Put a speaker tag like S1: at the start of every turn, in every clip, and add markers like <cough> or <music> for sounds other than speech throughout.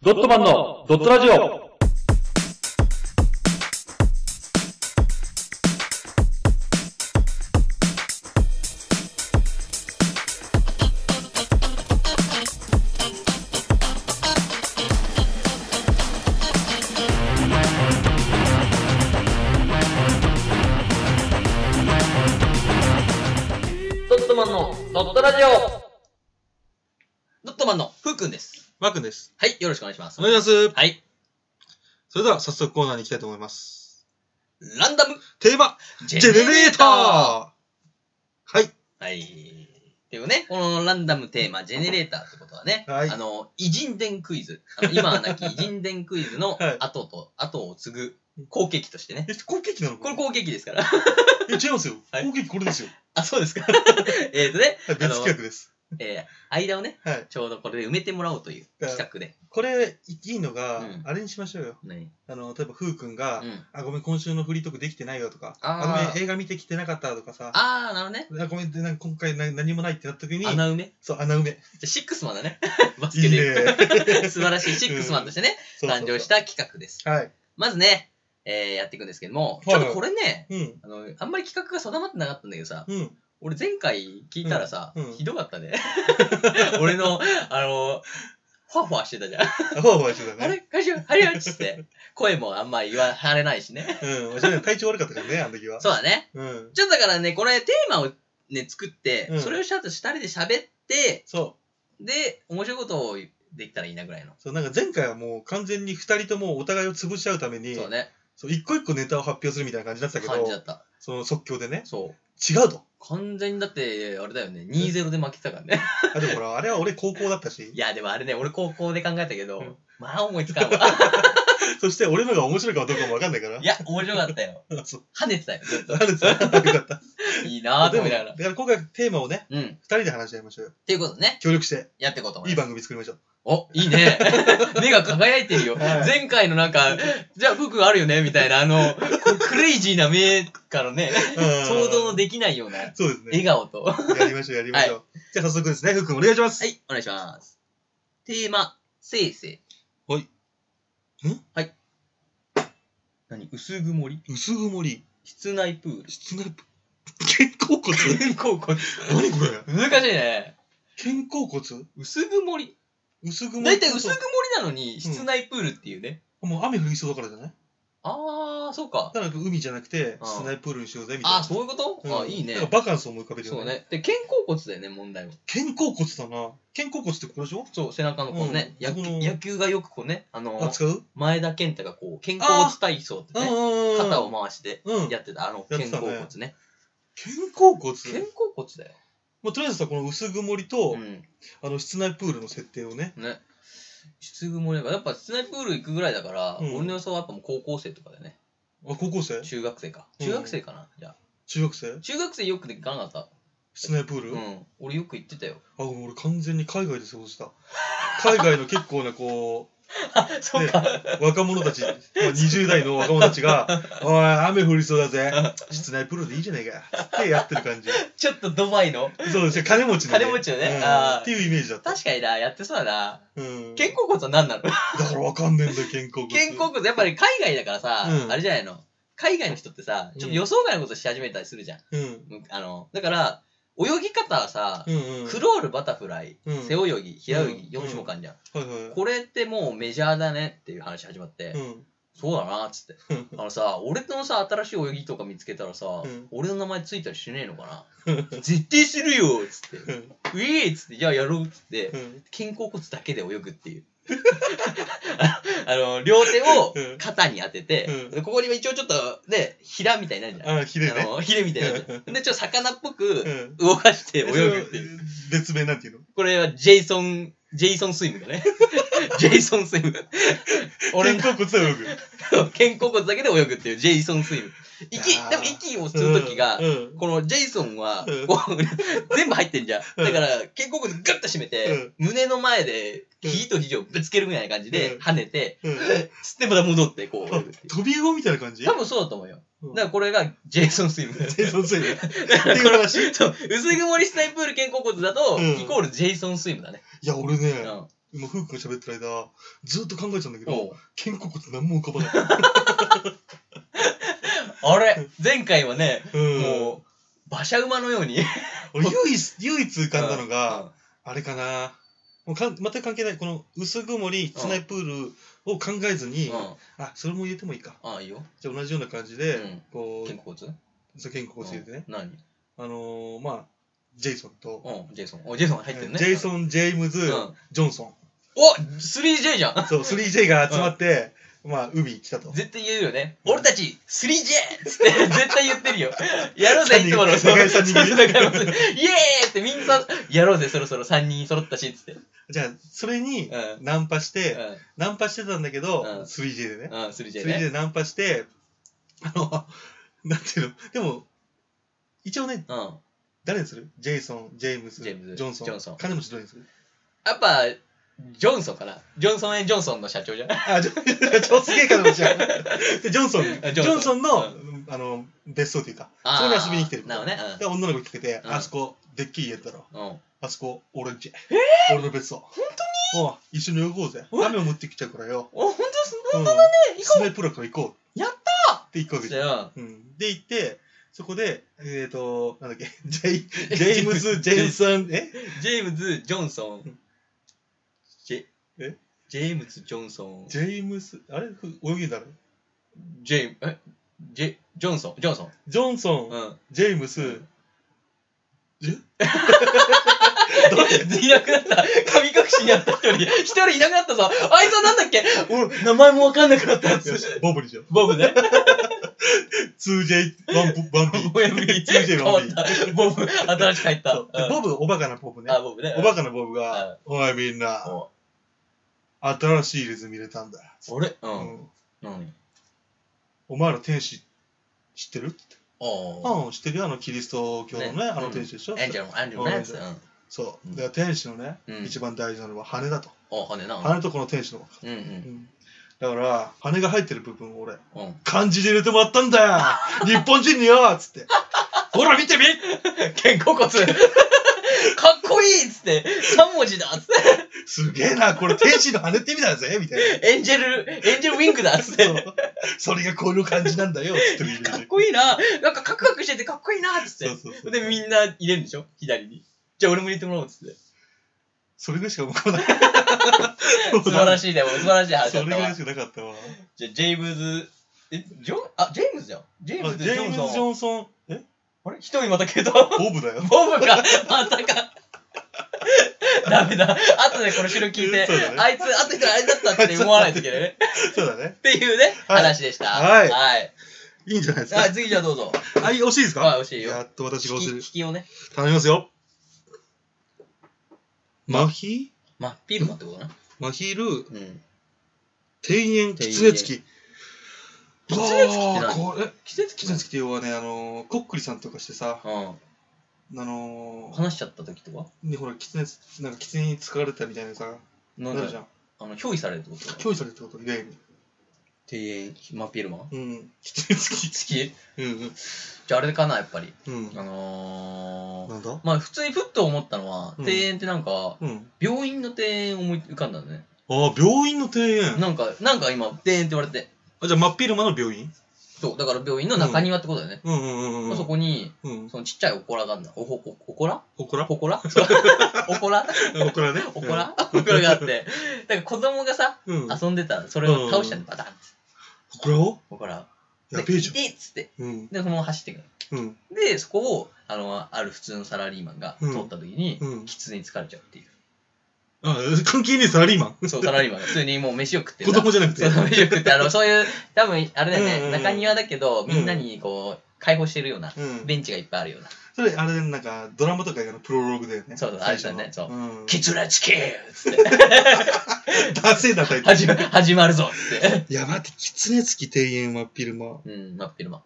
S1: ドットマンのドットラジオ
S2: ドットマンのドットラジオドットマンのふうくんです。
S3: マー君です。
S2: はい、よろしくお願いします
S3: お。願いします。
S2: はい、
S3: それでは早速コーナーに行きたいと思います。
S2: ランダム
S3: テーマ、
S2: ジ
S3: ジェネレーター
S2: は
S3: はい。
S2: い。でもね、このランダムテーマ、ジェネレーターってことはね、
S3: はい
S2: あの、偉人伝クイズ、あの今はなき偉人伝クイズの
S3: <laughs> はい
S2: 後と、後を継ぐ後継機としてね。
S3: え、後継機なの
S2: これ
S3: れ
S2: 後継機ですから。
S3: え、違いますよ。
S2: はい
S3: 後継機これですよ。
S2: あ、そうですか。 <laughs> えっとね、
S3: はい、別企画です。
S2: えー間をね、
S3: はい。
S2: ちょうどこれで埋めてもらおうという企画で。
S3: これ、いいのが、
S2: うん
S3: あれにしましょうよ。
S2: 何
S3: あの、例えば、ふうくんが、
S2: うん。
S3: あ、ごめん、今週のフリートークできてないよとか、
S2: あー
S3: あごめん、映画見てきてなかったとかさ、あ
S2: あー、なるほどね。
S3: ごめん、でなんか今回な何もないってなった時に、
S2: 穴埋め
S3: そう、穴埋め。
S2: じゃ、シックスマンだ
S3: <laughs>
S2: ね。バス
S3: い
S2: ケ
S3: い
S2: で
S3: ね
S2: 言うと。。素晴らしいシックスマンとしてね、
S3: そうそうそ
S2: 誕
S3: う
S2: 生し。た企画です。
S3: はい。
S2: まずね、えーやっていくんですけども、
S3: はい
S2: ちょっとこれね、
S3: うん。
S2: あの、あんまり企画が定まってなかったんだけどさ、
S3: うん。
S2: 俺前回聞いたらさ、
S3: うんうん
S2: ひどかったね。 <laughs> 俺の、あの、ふわふわしてたじゃん。
S3: あ、ほわほわしてたね。
S2: あれ会社あれやっつって。声もあんま言わはれないしね。
S3: うん。私は体調悪かったからね、あの時は。
S2: そうだね。
S3: うん。
S2: ちょっとだからね、これテーマをね、作って、
S3: うん
S2: それをちゃんと二人で喋って、
S3: そう。
S2: で、面白いことをできたらいいなぐらいの。
S3: そうなんか前回はもう完全に2人ともお互いを潰し合うために
S2: そうね。
S3: そう一個一個ネタを発表するみたいな感じだったけ
S2: 感
S3: ど
S2: じだった。
S3: その即興でね
S2: そう。
S3: 違うと
S2: 完全にだって、あれだよね、2-0で負けてたからね。
S3: あでも
S2: <laughs>
S3: ほらあれは俺高校だったし
S2: いや、でもあれね、俺高校で考えたけど
S3: うん、
S2: まあ思いつかん
S3: <laughs>
S2: わ。
S3: そして俺のが面白いかどうかも分かんないから
S2: いや、面白かったよ。
S3: そう
S2: 跳ねてたよ。
S3: あれさよかった
S2: いいなぁと
S3: で
S2: 思
S3: も
S2: いな
S3: だ
S2: がら。
S3: から今回テーマをね
S2: うん。っ
S3: 2人で話し合いましょうよ
S2: ていうことでね、
S3: 協力して
S2: やっていこうと思
S3: い
S2: い
S3: い
S2: ます。
S3: 番組作りましょう
S2: <laughs> お、いいね。目が輝いてるよ。
S3: はい
S2: 前回のなんか、じゃあ服あるよねみたいな、あの、こうクレイジーな目からね、
S3: うん
S2: 想像のできないような
S3: そうです
S2: 笑
S3: ね
S2: 顔と。は
S3: やりましょうやりましょう、じゃあ早速ですねふっくんお願いします、
S2: い、お願いします。テーマ、生成。
S3: はい。ん
S2: はい。何薄曇り
S3: 薄曇り
S2: 室内プール。
S3: 室内プ肩甲骨
S2: <laughs> 肩甲骨。
S3: 何これ
S2: 難しいね。
S3: 肩甲骨
S2: 薄曇り。
S3: 薄曇り
S2: だいたい薄曇りなのに、室内プールっていうね。
S3: もう雨降りそうだからじゃない
S2: あー、そうか。
S3: だから海じゃなくて、
S2: うん
S3: 室内プールにしようぜみたいな。
S2: あー、そういうこと、
S3: うん
S2: あいいね
S3: だ。からバカンスを思い浮かべるよね。
S2: そうね。で、肩甲骨だよね、問題は。
S3: 肩甲骨だな。肩甲骨ってこれでしょ
S2: そう、背中のこうね、
S3: うん
S2: 野
S3: そこの
S2: 球野球がよくこうね、あの
S3: あ、、使う
S2: 前田健太がこう、肩甲骨体操って
S3: うん
S2: ね、
S3: うんうん。
S2: 肩を回して
S3: うん。
S2: やってた、あの、
S3: やっ
S2: 肩
S3: てた
S2: 甲
S3: ね
S2: 骨ね。
S3: 肩甲骨
S2: 肩甲骨だよ。
S3: まあ、とりあえずさ、この薄曇りと、
S2: うん。
S3: あの、室内プールの設定をね。
S2: ね。質雲だから、やっぱ室内プール行くぐらいだから、
S3: うん
S2: 俺の予想はやっぱもう高校生とかだよね。
S3: あ、高校生
S2: 中学生か。
S3: うん
S2: 中学生かな、じゃあ。
S3: 中学生
S2: 中学生よくで行かなかった。
S3: 室内プール、
S2: う
S3: あ、
S2: ん。俺よく行ってたよ。
S3: 俺完全に海外で過ごした。海外の結構なこ
S2: そうか。 <laughs>
S3: う、若者たち、まあ、20代の若者たちが、おい、雨降りそうだぜ。室内プールでいいじゃないか。つってやってる感じ。
S2: ちょっとドバイの。
S3: <laughs> そうですね、金持ちの、
S2: 金持ちのね
S3: うん
S2: あー
S3: っていうイメージだった。
S2: 確かにな、やってそうだな。
S3: うん。
S2: 肩甲骨は何な
S3: <laughs>
S2: の
S3: だからわかんねえんだよ、肩甲骨。
S2: 肩甲骨、やっぱり海外だからさ、
S3: うん
S2: あれじゃないの。海外の人ってさ、ちょっと予想外のことし始めたりするじゃん。
S3: うん。
S2: あの、だから、泳ぎ方はさ、
S3: うんうん。
S2: クロール、バタフライ、
S3: うん
S2: 背泳ぎ、平泳ぎ、
S3: う
S2: 4
S3: ん
S2: 種目あんじゃん。
S3: はいはい。
S2: これってもうメジャーだねっていう話始まって、
S3: うん。
S2: そうだなっつってあのさ俺のさ新しい泳ぎとか見つけたらさ、
S3: ん
S2: 俺の名前ついたりしねえのかな
S3: <laughs>
S2: 絶対するよっつって
S3: うんうん
S2: 「うえーっつって「じゃあやろう」っつって
S3: うん
S2: 肩甲骨だけで泳ぐっていう <laughs> あの両手を
S3: うん
S2: 肩に当てて、
S3: うん
S2: でここに一応ちょっとねひらみたいになるじゃん
S3: あ、ひで
S2: あ
S3: ね。
S2: のヒレみたいになるじゃんでちょっと魚っぽ
S3: う
S2: く
S3: ん。
S2: 動かして泳ぐっていう
S3: それ別名なんていうの
S2: これはジェイソン、ジェイソンスイムだ
S3: <laughs>
S2: ね。ジェイソンスイム。俺の
S3: 肩甲骨で泳ぐ。
S2: 肩甲骨だけで泳ぐっていうジェイソンスイム。息、
S3: あー
S2: 多分息を吸う時が
S3: うん、うん。
S2: このジェイソンは
S3: うん、
S2: こう、全部入ってんじゃん。
S3: うん
S2: だから、肩甲骨ガッと締めて、胸の前で、肘と肘をぶつけるみたいな感じ
S3: う
S2: で
S3: ん
S2: 跳ねて、
S3: うん
S2: 吸ってまた戻って、こう泳
S3: あ
S2: ぐってい
S3: 飛び魚みたいな感じ
S2: う。多分そうだと思うよ。
S3: うん
S2: だからこれがジェイソンスイムだよ。
S3: えそうそうよい
S2: だから
S3: って
S2: こ
S3: いう
S2: れ、<laughs>
S3: 話
S2: そう、薄曇りスナイプール肩甲骨だと、
S3: うん
S2: イコールジェイソンスイムだね。
S3: や、俺
S2: う
S3: ね、
S2: ん。
S3: 今、フー君が喋ってる間、ずっと考えてたんだけど、
S2: おう
S3: 肩甲骨何も浮かばない。
S2: あれ前回はね、
S3: うん。
S2: もう、馬車馬のように。
S3: 俺唯一、唯一浮かんだのが、あれかな。もうかん全く関係ない。この薄曇り、室内プールを考えず
S2: う
S3: に、
S2: ん、うん。
S3: あ、それも入れてもいいか。
S2: ああ、いいよ。
S3: じゃあ同じような感じで、
S2: うん
S3: こ
S2: 肩
S3: う、
S2: 甲骨
S3: そう肩甲骨入れてね。
S2: うん何
S3: あのー、まあ、ジェイソンと、
S2: うん、ジェイソン。お、ジェイソンが入ってるね。
S3: ジェイソン、ジェームズ、
S2: うん
S3: ジョンソン。
S2: お !3J じゃん
S3: そう、3J が集まって、まあ、海来たと。
S2: 絶対言えるよね。俺たち 3J! つって絶対言ってるよ。やろうぜ、いつもの。
S3: 三人
S2: そう
S3: 三
S2: そ
S3: 人
S2: うそう中山さんイエーイってみんな、やろうぜ、そろそろ3人揃ったし、つって。
S3: じゃあ、それに
S2: う、ん。
S3: ナンパして、
S2: う
S3: ナンパしてたんだけど、
S2: うん
S3: 3J でね。
S2: ん、うん、3J ね
S3: 3J。でナンパして、あの、 <laughs> なんていうの、でも、一応ね、
S2: うん。や
S3: 誰にするジェイソン、ジェームズ、
S2: ジェームズ
S3: ジョンソン。
S2: ジョンソン
S3: 金持ちどれにする
S2: っぱ、ジョンソンかな。ジョンソンジョンソンの社長じゃん。
S3: あ、ジョン、 <laughs> 超すげえ金持ちじゃん。で、ジョンソン、ジ
S2: あジョンソン
S3: ョンソンの、
S2: う
S3: あの、別荘というか、
S2: あー
S3: そこに遊びに来てる。
S2: なるほどね
S3: で、女の子来てて、
S2: うん
S3: あそこ、でっきい家だろ。
S2: うん。うん。
S3: あそこ、俺んち。俺の別荘。本当におう一緒に動こうぜ。
S2: おい
S3: 雨を持ってきちゃうからよ。
S2: お、ほんとす
S3: 本当だね、スナイプラから行こう。
S2: やった
S3: って行くわけじゃん。
S2: よ。
S3: うんで、行って、そこで、えっ、ー、と、なんだ
S2: <laughs>
S3: っけ、ジェイ、ジェームズ、ジェイソン、え
S2: ジェームズ・ジョンソン。ジェ、
S3: え
S2: ジェームズ・ジョンソン。
S3: ジェームス、あれふ泳ぎんだろ
S2: ジェイム、えジェ、ジョンソン、ジョンソン。
S3: ジョンソン、
S2: うん。
S3: ジェームス、えどれ
S2: いなくなった。神隠しにあった一人。一人いなくなったぞ。あいつはなんだっけ <laughs> 俺、名前もわかんなくなったや
S3: よ
S2: つ。
S3: し、ボブにしよう。
S2: ボブね。
S3: 2J、1B。
S2: <laughs> ボブに
S3: 2J、
S2: 変わっ
S3: 1B。
S2: た。ボブ、新しく入った。
S3: そうでボブ、おバカなボブ
S2: ブ
S3: ね。
S2: あ、ボブね。
S3: おバカなボブ
S2: う
S3: が、おいみんな
S2: お、
S3: 新しいリズム入れたんだ。
S2: 俺う。
S3: うんん
S2: 何
S3: お前ら天使知ってる
S2: ああ。
S3: うん、知ってるよあのキリスト教の
S2: ね
S3: ね、あの天使でしょ
S2: エンジェルも、エンジェルもね。うん。
S3: そうう。
S2: ん
S3: だから天使のね、
S2: うん
S3: 一番大事なのは羽だと。
S2: お、羽な。
S3: 羽とこの天使の。
S2: うんうん。
S3: だから、羽が入ってる部分を俺、
S2: うん。
S3: 漢字で入れてもらったんだよ
S2: <laughs>
S3: 日本人によつって。ほら見てみ
S2: 肩甲骨。かっこいいっつって、3文字だっつっ
S3: すげえな、これ天使の羽って意味だぜみた
S2: て、
S3: い
S2: エンジェル、エンジェルウィンクだっつっ
S3: な。
S2: て
S3: そ。うそれがこういう感じなんだよつって
S2: かっこいいな。なんかカクカクしててかっこいいなっつって
S3: そう。そうそう。
S2: で、みんな入れるんでしょ左に。じゃあ俺も入れてもらおうっつって。
S3: それぐらいしか思わない。
S2: 素晴ら
S3: い
S2: しいでも、素晴らしい話
S3: そ
S2: だっ
S3: れぐ
S2: た
S3: らい
S2: わ。
S3: しかなかったわ。
S2: じゃあ、ジェームズ、え、ジョン、あ、ジェームズじゃん。ジェーム
S3: あ
S2: ズ、
S3: ジ
S2: ジ
S3: ェ
S2: ョ
S3: ー
S2: ン
S3: ムズ・ジ
S2: ソン。
S3: ョンソン、え
S2: あれ一人また消えた。
S3: ボブだよ。
S2: ボブか、またか。ダメだ。後でこの収録聞いて、
S3: そうだね
S2: あいつ、あと一人あれだったって思わないといけないね。
S3: そうだね
S2: っ。ていうね、
S3: はい
S2: 話でした。
S3: はい
S2: はい。
S3: いいんじゃないですか
S2: あ、。次じゃあどうぞ。
S3: はい、惜しいですか
S2: はい惜しいよ
S3: やっと私が
S2: 引
S3: 押
S2: き
S3: せ
S2: 引
S3: る。
S2: きをね。
S3: 頼みますよ。マヒ
S2: まあ、ピールマってことな。
S3: マヒル、
S2: うん。
S3: 庭園、狐付き。
S2: 狐付きって
S3: うわー
S2: 何
S3: これ、
S2: 季節
S3: 狐付きって要はね、あのー、コックリさんとかしてさ、
S2: う
S3: あの
S2: ん。
S3: ー、
S2: 話しちゃった時とか
S3: ね、ほら、狐、なんか狐に使われたみたいなさ、
S2: な
S3: なん
S2: だ
S3: る
S2: ろ
S3: じ
S2: う
S3: ゃん。
S2: あの、憑依されるってこと
S3: 脅威されたこと、霊に。
S2: 庭園、マピールマ <laughs> ン
S3: うん。狐付き。
S2: 好き
S3: うん
S2: じゃああれかな、やっぱり。
S3: うん。
S2: あのー、
S3: うん。なんだ
S2: まあ普通にふっと思ったのは、
S3: うん
S2: 庭園ってなんか、
S3: うん。
S2: 病院の庭園思い浮かんだね。
S3: ああ、病院の庭園。
S2: なんか、なんか今、庭園って言われて。
S3: あ、じゃあ、真っ昼間の病院
S2: そう、だから病院の中庭ってことだよね。
S3: うんうんうんうん。
S2: まあそこに、
S3: うん。
S2: そのちっちゃいおこらがあるんだ。おほ、おおこら
S3: ほこら
S2: おこ
S3: <laughs>
S2: らおこら
S3: ほこら <laughs> ね。
S2: おこらおこらがあって。だから子供がさ、
S3: うん。うん。
S2: 遊んでたら、それを倒したんだ、バタンって。
S3: ほこらを
S2: おこら。
S3: やべえじ
S2: で、いてっつって。
S3: ゃん。うん。
S2: で、そのまま走ってくる。
S3: うん。
S2: で、そこを、あの、ある普通のサラリーマンが通
S3: うん
S2: った時に、
S3: うん。
S2: キツネに疲れちゃうってい
S3: <laughs> あ、関係ねえサラリーマ
S2: う。そう、サラリーマンが普通にもう飯を食って
S3: ン。
S2: さ
S3: 子供じゃなくて。
S2: そう、飯を食って、あの、そういう、多分、あれだよ
S3: うんうんう
S2: ね、
S3: ん
S2: 中庭だけど、
S3: うん
S2: みんなにこう、解放してるような、
S3: うん。
S2: ベンチがいっぱいあるような。
S3: それ、あれ、なんか、ドラマとか映画のプロローグだよね。
S2: そうそう
S3: 最初の
S2: あれだねそう
S3: うん。
S2: キツネチキンつって、
S3: ダセーなタイトル。
S2: 始ま始まるぞつって。
S3: <laughs> いや、待って、狐付き庭園はピルマ。
S2: うん、真っ昼間。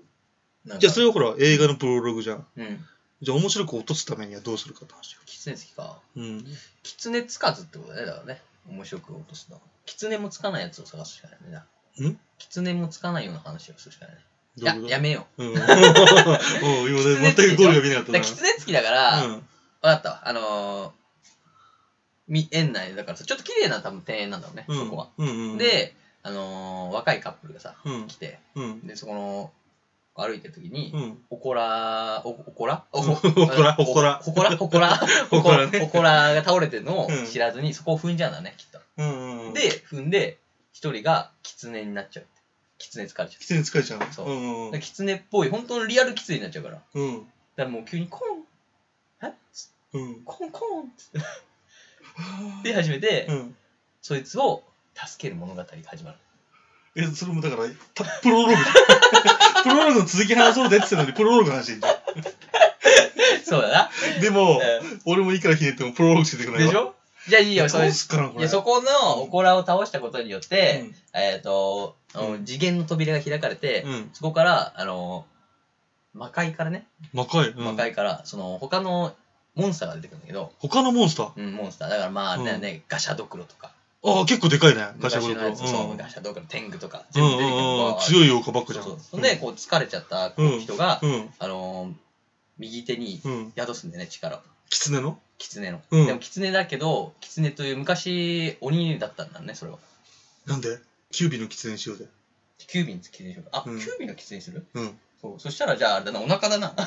S2: なんか
S3: じゃあ、それをほら、映画のプロローグじゃん。
S2: うん。
S3: じゃあ、面白く落とすためにはどうするかって話よ。
S2: キツネ好きか。
S3: うん。
S2: キツネつかずってことだね、だからね。面白く落とすのは。キツネもつかないやつを探すしかないね。だから
S3: ん
S2: キツネもつかないような話をするしかないね。い
S3: どう
S2: や
S3: いうこ、と
S2: やめよう。 <laughs>
S3: うん。うん、今ね、全くゴールが見えなかった
S2: だ
S3: な
S2: から。狐付きだから、
S3: うん。
S2: 分かったわ。あのー、み園内でだからさちょっと綺麗な多分庭園なんだろうね、
S3: うん
S2: そこは、
S3: うんうんうん、
S2: で、あのー若いカップルがさ
S3: うん
S2: 来て
S3: うん
S2: でそこの歩いてる時に、
S3: うん
S2: ほこら、おおこらお
S3: ほこらほこら
S2: ほこらほこ
S3: <laughs>
S2: ら
S3: ほこらね
S2: ほこらが倒れてるのを
S3: うん
S2: 知らずに、そこを踏んじゃうんだね、きっと。
S3: うんうん
S2: で、踏んで、一人が狐になっちゃうって。狐疲れちゃ
S3: きつね疲れちゃう
S2: そうん
S3: うん
S2: う。だから狐っぽい、本当のリアル狐になっちゃうから。だか
S3: うん
S2: らもう急にコン、
S3: うん
S2: コンコンって
S3: <laughs>
S2: 言い始めて、
S3: うん
S2: そいつを助ける物語が始ま
S3: <laughs>
S2: る。
S3: えそれもだからたプロローグ <laughs> プロローグの続き話そうぜって言ってたのにプロローグの話してんじゃ
S2: そうだな。
S3: んでも
S2: う
S3: 俺もいくらひねってもプロローグしてくれ
S2: ん
S3: ない
S2: で
S3: わ
S2: しょじゃあいいよ、そ
S3: ど
S2: れ
S3: う。すっかなこ
S2: い
S3: れ
S2: やそこのオコラを倒したことによって、
S3: うん
S2: えっ、と、あの
S3: うん
S2: 次元の扉が開かれて、
S3: うん
S2: そこから、あの、魔界からね、
S3: 魔界うん
S2: 魔界から、その、他のモンスターが出てくるんだけど、
S3: 他のモンスター
S2: うん、モンスター。だからまあ
S3: うん
S2: ね、ねガシャドクロとか、
S3: ああ結構でかいねガシャ
S2: 昔
S3: ゴロ
S2: のやつ、そううんガシャドクロ、天狗とか、
S3: う
S2: 全
S3: ん
S2: 部
S3: う
S2: 出てくる
S3: んうん
S2: の
S3: 強い妖怪ばっかじゃん
S2: そうそうで、こう疲れちゃったこう人が、
S3: うん
S2: あのー、右手に
S3: うん
S2: 宿すんだよね、力を。
S3: 狐の
S2: 狐の。
S3: うん
S2: でも狐だけど、狐という昔鬼だったんだね、それは。
S3: なんでキュービの狐にしようぜ
S2: キュービンつ狐にしようか。あ、
S3: うん
S2: キュービンの狐にする
S3: うん
S2: そう。そしたら、じゃあ、あれだな、お腹だな。 <laughs> お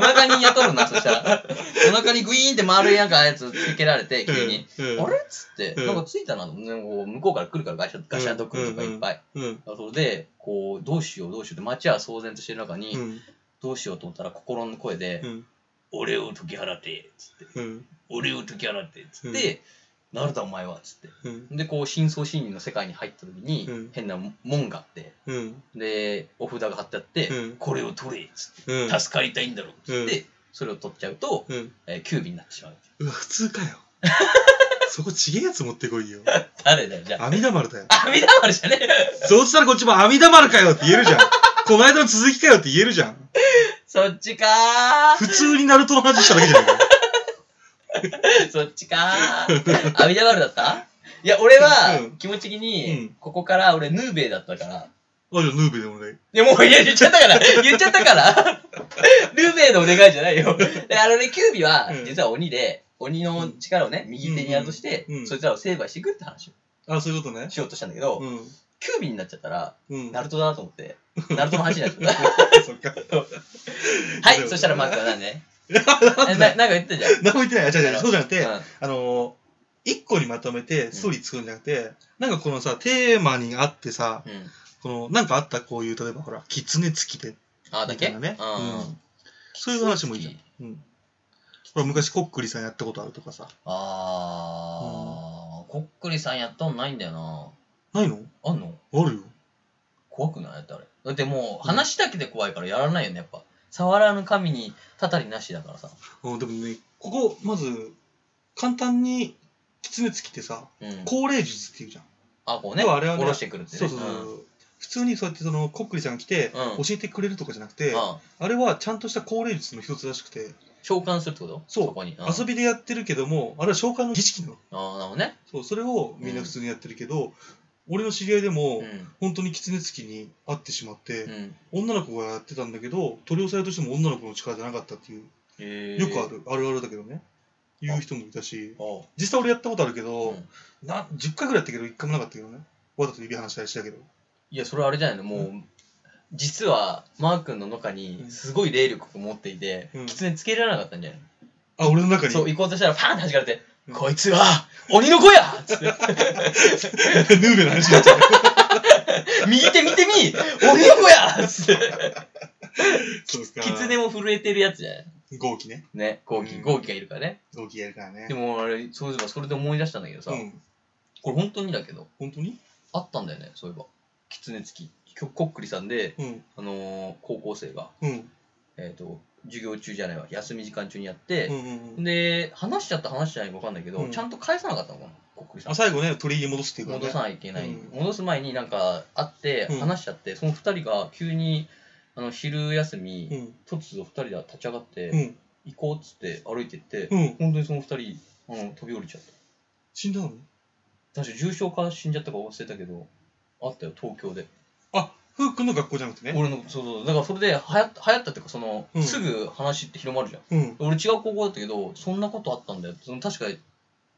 S2: 腹に雇うな、そしたら。お腹にグイーンって丸いなんかやつつけられて、急に。
S3: うんうん
S2: あれっつって、
S3: うん
S2: なんかついたなと思って、こう向こうから来るからガシャガシャと来るとかいっぱい。
S3: うん
S2: それで、こう、どうしようどうしようって、街は騒然としてる中に、
S3: うん
S2: どうしようと思ったら心の声で、
S3: うん
S2: 俺を解き払って、つって、
S3: うん
S2: 俺を解き払って、つって、なるだお前は、つって。
S3: うん
S2: で、こう、真相心理の世界に入った時に、
S3: うん
S2: 変な門があって、
S3: うん
S2: で、お札が貼ってあって、
S3: うん
S2: これを取れ、つって、
S3: うん
S2: 助かりたいんだろ、つって、それを取っちゃうと、
S3: うん
S2: えー、キュービになってしまう。
S3: うわ普通かよ <laughs> そこちげえやつ持ってこいよ
S2: 誰だよ、じゃあ。
S3: 阿弥陀丸だよ
S2: あ、 <laughs> みだまるじゃねえ
S3: そうしたらこっちも阿弥陀丸かよって言えるじゃんこの間の続きかよって言えるじゃん
S2: そっちかー
S3: <laughs> 普通にナルトの話しただけじゃないか
S2: そっちかー阿弥陀丸だったいや、俺
S3: う
S2: は
S3: ん、
S2: 気持ち的
S3: うん
S2: に、ここから俺、ヌーベイだったから。
S3: あじゃあヌーベでお願い
S2: いや、もう、いや、言っちゃったから、言っちゃったから、ヌーベイのお願いじゃないよ。であのね、キュービは
S3: う、ん
S2: 実は鬼で、鬼の力をね、右手に宿して
S3: うんう、ん
S2: そいつらを成敗していくって話を
S3: あそういうことね
S2: しようとしたんだけど
S3: う、ん
S2: キュービになっちゃったら、
S3: うん <laughs>
S2: ナルトだなと思って、ナルトの話になっちゃった。
S3: そっか <laughs>
S2: は
S3: で
S2: い、
S3: も
S2: そしたらマークは何
S3: <laughs>
S2: ねえななんか言ってたじゃん。
S3: 何も言ってないあ違う違うそうじゃなくて、
S2: うん
S3: あのー、一個にまとめてストーリー作るんじゃなくて、なんかこのさ、テーマにあってさ、
S2: うん。
S3: この、なんかあったこういう、例えばほら、狐つきで、
S2: あ、だ
S3: み
S2: け
S3: たいなね。うん。そういう話もいいじゃん。うん。ほら、昔、コックリさんやったことあるとかさ。
S2: あー、こっくりさんやったのないんだよな。
S3: ないの
S2: あんの
S3: あるよ。
S2: 怖くないだってあれ。だってもう話だけで怖いからやらないよね、やっぱ。触らぬ神にたたりなしだからさ。
S3: うん、でもね、ここ、まず、簡単に、狐つきってさ、
S2: うん。
S3: 高齢術っていうじゃん。
S2: あ、こうね、
S3: 要はあれはね
S2: 下ろしてくるってね。
S3: そうそうそう。普通にそうやってそのコックリさんが来て
S2: うん
S3: 教えてくれるとかじゃなくて、
S2: うんうん
S3: あれはちゃんとした高齢術の一つらしくて、
S2: 召喚するってこと
S3: そう
S2: こに。うん、
S3: 遊びでやってるけどもあれは召喚の儀式なの
S2: あー、なるほどね。
S3: そうそれをみんな普通にやってるけど、俺の知り合いでも、
S2: う
S3: 本当に狐つきに会ってしまって
S2: ん。う、ん。
S3: 女の子がやってたんだけど取り押さえようとしても女の子の力じゃなかったっていう、
S2: え
S3: よくあ。るあるあるだけどね言う人もいたし
S2: おう
S3: 実際俺やったことあるけど、
S2: うん
S3: な10回ぐらいやったけど1回もなかったけどねわざと指離したりしたけど
S2: いや、それはあれじゃないの、もう、実は、マー君の中に、すごい霊力を持っていて、
S3: うん
S2: 狐つけられなかったんじゃないの、
S3: あ俺の中に <laughs>
S2: そう、行こうとしたら、ファーンって弾かれて、
S3: うん
S2: こいつは、鬼の子やっつって、
S3: ヌーベの話に
S2: <laughs>
S3: なっちゃう
S2: 右手見てみ鬼の子やっつって、
S3: そうか
S2: 狐も震えてるやつじゃない
S3: 豪気ね
S2: ね、ゴーキ、
S3: うん
S2: ゴーキがいるからね。
S3: 豪気やるからね
S2: でも、あれ、そういえばそれで思い出したんだけどさ、
S3: うん
S2: これ本当にだけど、
S3: 本当に
S2: あったんだよね、そういえば。狐つき。きょこっくりさんで、
S3: うん
S2: あのー高校生が、
S3: うん
S2: えっ、と、授業中じゃないわ、休み時間中にやって、
S3: うんうんうん
S2: で、話しちゃった話しちゃないか分かんないけど、
S3: うん
S2: ちゃんと返さなかったのかな、こっくりさん
S3: あ。最後ね鳥居に戻すっていうからね
S2: 戻さないといけない、
S3: うん
S2: 戻す前になんか会って
S3: うん
S2: 話しちゃって、その2人が急にあの昼休み、
S3: うん
S2: 突如2人で立ち上がって、
S3: うん
S2: 行こうっつって歩いてって、
S3: うん
S2: 本当にその2人あの飛び降りちゃった
S3: 死んだの
S2: 確か重症化死んじゃったか忘れたけどあったよ東京で
S3: あふうくんの学校じゃなくてね
S2: 俺のそうそうだからそれで流行った流行ったっていうかその、
S3: うん
S2: すぐ話って広まるじゃん
S3: うん
S2: 俺違う高校だったけどそんなことあったんだよその確か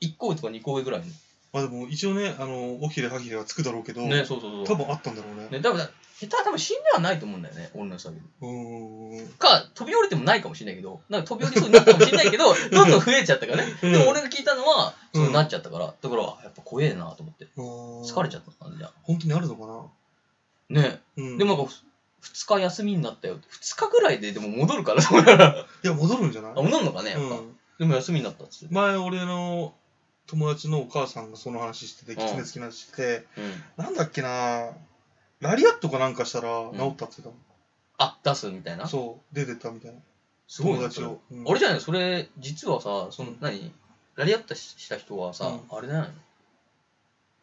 S2: 1個上とか2個上ぐらいの
S3: まあでも一応ね、あの、おひれはひれはつくだろうけど、
S2: ねそうそうそ
S3: 多
S2: う
S3: 分あったんだろうね。
S2: ね多分下手は多分死んではないと思うんだよね俺の下着
S3: うーん。
S2: か飛び降りてもないかもしれないけどなんか飛び降りそうになったかもしれない
S3: <laughs>
S2: けどどんどん増えちゃったからね、
S3: うん
S2: でも俺が聞いたのは
S3: う
S2: そ
S3: ん
S2: うなっちゃったから、だからやっぱ怖えなと思って疲
S3: 疲
S2: れち
S3: ゃう。
S2: ゃったんじゃ
S3: 本当にあるのかな
S2: ね
S3: うん。
S2: でもなんか2日休みになったよ2日ぐらいででも戻るからそれ
S3: <laughs>
S2: ら
S3: いや、戻るんじゃない
S2: あ戻るのかねやっぱ、
S3: うん。
S2: でも休みになったっつって、
S3: 前、俺の友達のお母さんがその話してて、
S2: うん
S3: 狐つきな話して、
S2: うん
S3: なんだっけなラリアットかなんかしたら
S2: ん
S3: 治ったって言って
S2: あ出すみたい
S3: たも。
S2: なん
S3: そう、出てったみたいな。
S2: すごい
S3: 友
S2: な
S3: 達
S2: それ
S3: を。うん
S2: あれじゃないのそれ実はさその
S3: うん
S2: 何ラリアットしした人はさ、あれじゃない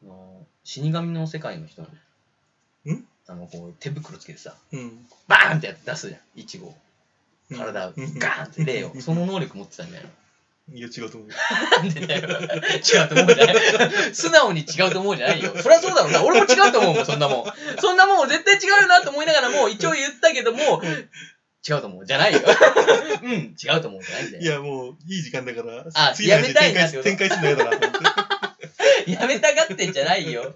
S2: のあの死神の世界の人なの
S3: ん
S2: あのこう手袋つけてさ
S3: うん。
S2: バーンってやって出すじゃんイチゴを
S3: うん
S2: 体をガ
S3: うん
S2: ーンって霊をその能力持ってたんじゃないの
S3: いや、違うと思う。
S2: <laughs> なんでだよ。違うと思うじゃない。素直に違うと思うじゃないよ。そりゃそうだろうな。俺も違うと思うもん、そんなもん。そんなもん俺絶対違うよなと思いながらも、一応言ったけども、違うと思う。じゃないよ。 <laughs> うん、違うと思う。じゃないんだ
S3: い
S2: よ。
S3: や、もう、いい時間だから、
S2: あ
S3: 次の話
S2: やめたいな
S3: 展開
S2: ってこ
S3: す
S2: と
S3: 展開するんだけどなと思って。
S2: やめたがってんじゃないよ。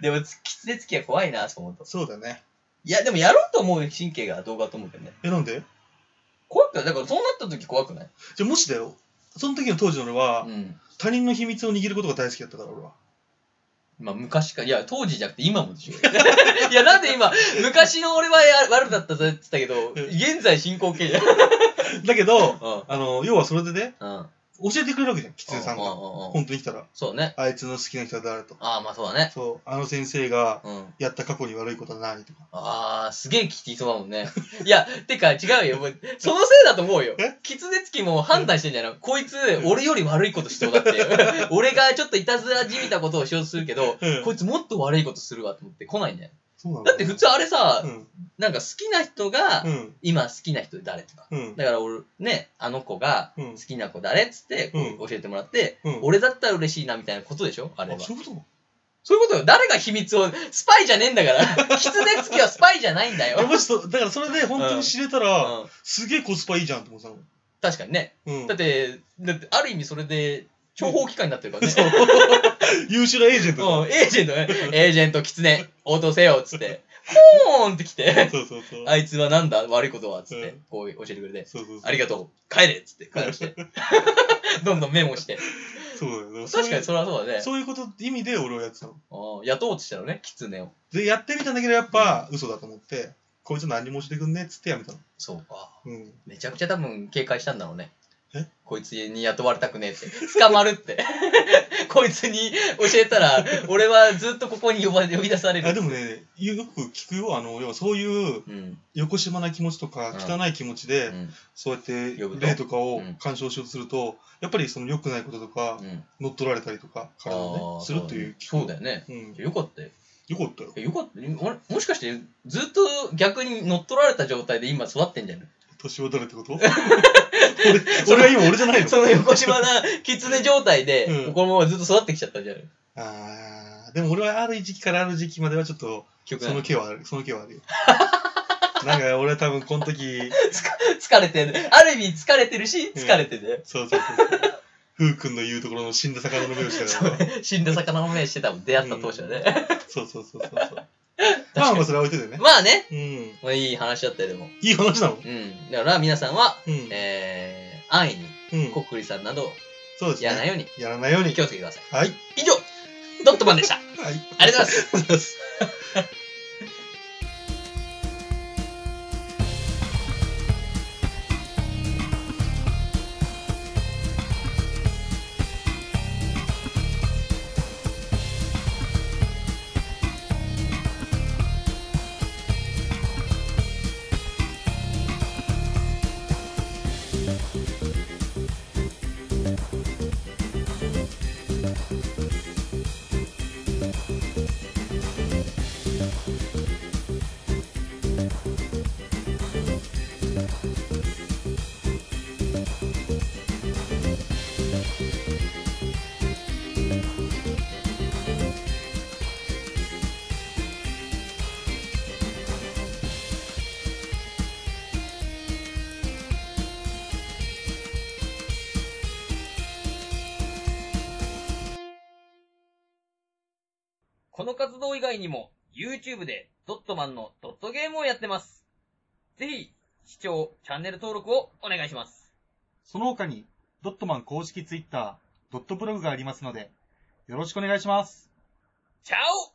S2: でも、つきつねつきは怖いな、そう思うと。
S3: <laughs> そうだね。
S2: いや、でもやろうと思う神経が動画と思うけどね。
S3: え、なんで
S2: 怖くないだからそうなった時怖くない
S3: じゃあ、もしだよ。その時の当時の俺は、
S2: うん。
S3: 他人の秘密を握ることが大好きだったから、俺は。 <laughs>
S2: まあ昔から、いや、当時じゃなくて今もでしょ。 <laughs> いや、なんで今、昔の俺はや悪だったぜって言ったけど、現在進行形じゃん。
S3: だけど、
S2: う
S3: あの、要はそれでね、
S2: ん。うん。
S3: 教えてくれるわけじゃん、狐さん
S2: う
S3: が。
S2: ううんうん
S3: 本当に来たら、
S2: そうね。
S3: あいつの好きな人は誰と。
S2: ああ、まあそうだね。
S3: そう、あの先生が
S2: うん。
S3: やった過去に悪いことは何とか。
S2: ああ、すげえ聞きそうだもんね。いや、てか違うよ。もうそのせいだと思うよ
S3: え。
S2: キツネツキも判断してんじゃないのこいつ、俺より悪いことしそうだって。
S3: <laughs>
S2: 俺がちょっといたずらじみたことをしようとするけど、
S3: うん
S2: こいつもっと悪いことするわと思って来ないんだよ。
S3: そうなの
S2: だって普通あれさ
S3: う、ん。
S2: なんか好きな人が、
S3: うん。
S2: 今好きな人誰とか。
S3: うん。
S2: だから俺、ね、あの子が、
S3: うん
S2: 好きな子誰っつって、こう教えてもらって、
S3: うん、
S2: 俺だったら嬉しいなみたいなことでしょあれは
S3: あ、。そういうこと
S2: そういうことよ。誰が秘密を、スパイじゃねえんだ
S3: <laughs>
S2: から。キツネつきはスパイじゃないんだよ。
S3: いやもし <laughs> そだからそれで本当に知れたら、
S2: うん
S3: すげえコスパいいじゃんって思ってたの。
S2: 確かにね。
S3: うん、
S2: だって、だってある意味それで、諜報機関になってるからね。
S3: そう優秀なエージェントだ、
S2: うん、エージェン
S3: <laughs>
S2: トね。エージェントキツネ、応答せよ、つって。ポーンって来て、
S3: そうそうそう。
S2: あいつはなんだ悪いことは、つって、
S3: うん
S2: こう教えてくれて。
S3: そうそうそう
S2: ありがとう。帰れっつって、帰らして。 <laughs> どんどんメモして。
S3: そうだよね。
S2: 確かに
S3: そ
S2: それはそうだ
S3: ういう
S2: ね。
S3: そういうこと、意味で俺はやってたの。
S2: うん雇おうとしたのね、キツネを。
S3: で、やってみたんだけど、やっぱ、嘘だと思って、こいつ何もしてくんねえっつってやめたの。
S2: そうか。
S3: うん。
S2: めちゃくちゃ多分警戒したんだろうね
S3: え。
S2: こいつに雇われたくねえって。捕まるって。 <laughs> こいつに教えたら、俺はずっとここに呼ば呼び出される。
S3: あでもね、よく聞くよ。あの、要はそういう、
S2: うん。
S3: よこしまな気持ちとか、
S2: う
S3: 汚い気持ちで、
S2: うん。
S3: そうやって
S2: 呼ぶ、と
S3: 霊とかを
S2: うん
S3: 干渉しようとすると、やっぱりその良くないこととか
S2: う、ん。
S3: 乗っ取られたりとか、体
S2: あ
S3: を
S2: ー
S3: ね、するという聞く
S2: そうだよね。
S3: うん。
S2: よかったよ。
S3: よかったよ。
S2: よかったよ。俺もしかして、ずっと逆に乗っ取られた状態で今育ってんじゃん。
S3: 年は誰ってこ
S2: <laughs>
S3: と俺、俺は今俺じゃないの
S2: その <laughs> 横島な狐状態で、
S3: うん
S2: このままずっと育ってきちゃったんじゃん。
S3: あーでも俺はある時期からある時期まではちょっと、
S2: 曲
S3: その気はある、その気はあるよ。なんか俺は多分この時、
S2: 疲れてる。ある意味疲れてるし、疲れてる。
S3: そうそうそうそう。ふうくんの言うところの死んだ魚の目をしたから、
S2: 死んだ魚の目してたもん、出会った当初はね。
S3: そうそうそうそうそう。まあまあそれは置いといてね。
S2: まあね、
S3: うん。
S2: まあいい話だったよ、でも。
S3: いい話なの。
S2: うん。だから皆さんは、
S3: うん。
S2: えー、安易に、
S3: うん
S2: こっくりさんなど、
S3: そうですね。
S2: やらないように
S3: やらないように。
S2: 気をつけてください。
S3: はい。
S2: 以上、ドットマン <laughs> でした。あ
S3: はい。
S2: りがとうございます。
S3: ありがとうございます。
S2: この活動以外にも、YouTube でドットマンのドットゲームをやってます。ぜひ、視聴、チャンネル登録をお願いします。
S4: その他に、ドットマン公式ツイッター、ドットブログがありますので、よろしくお願いします。
S2: チャオ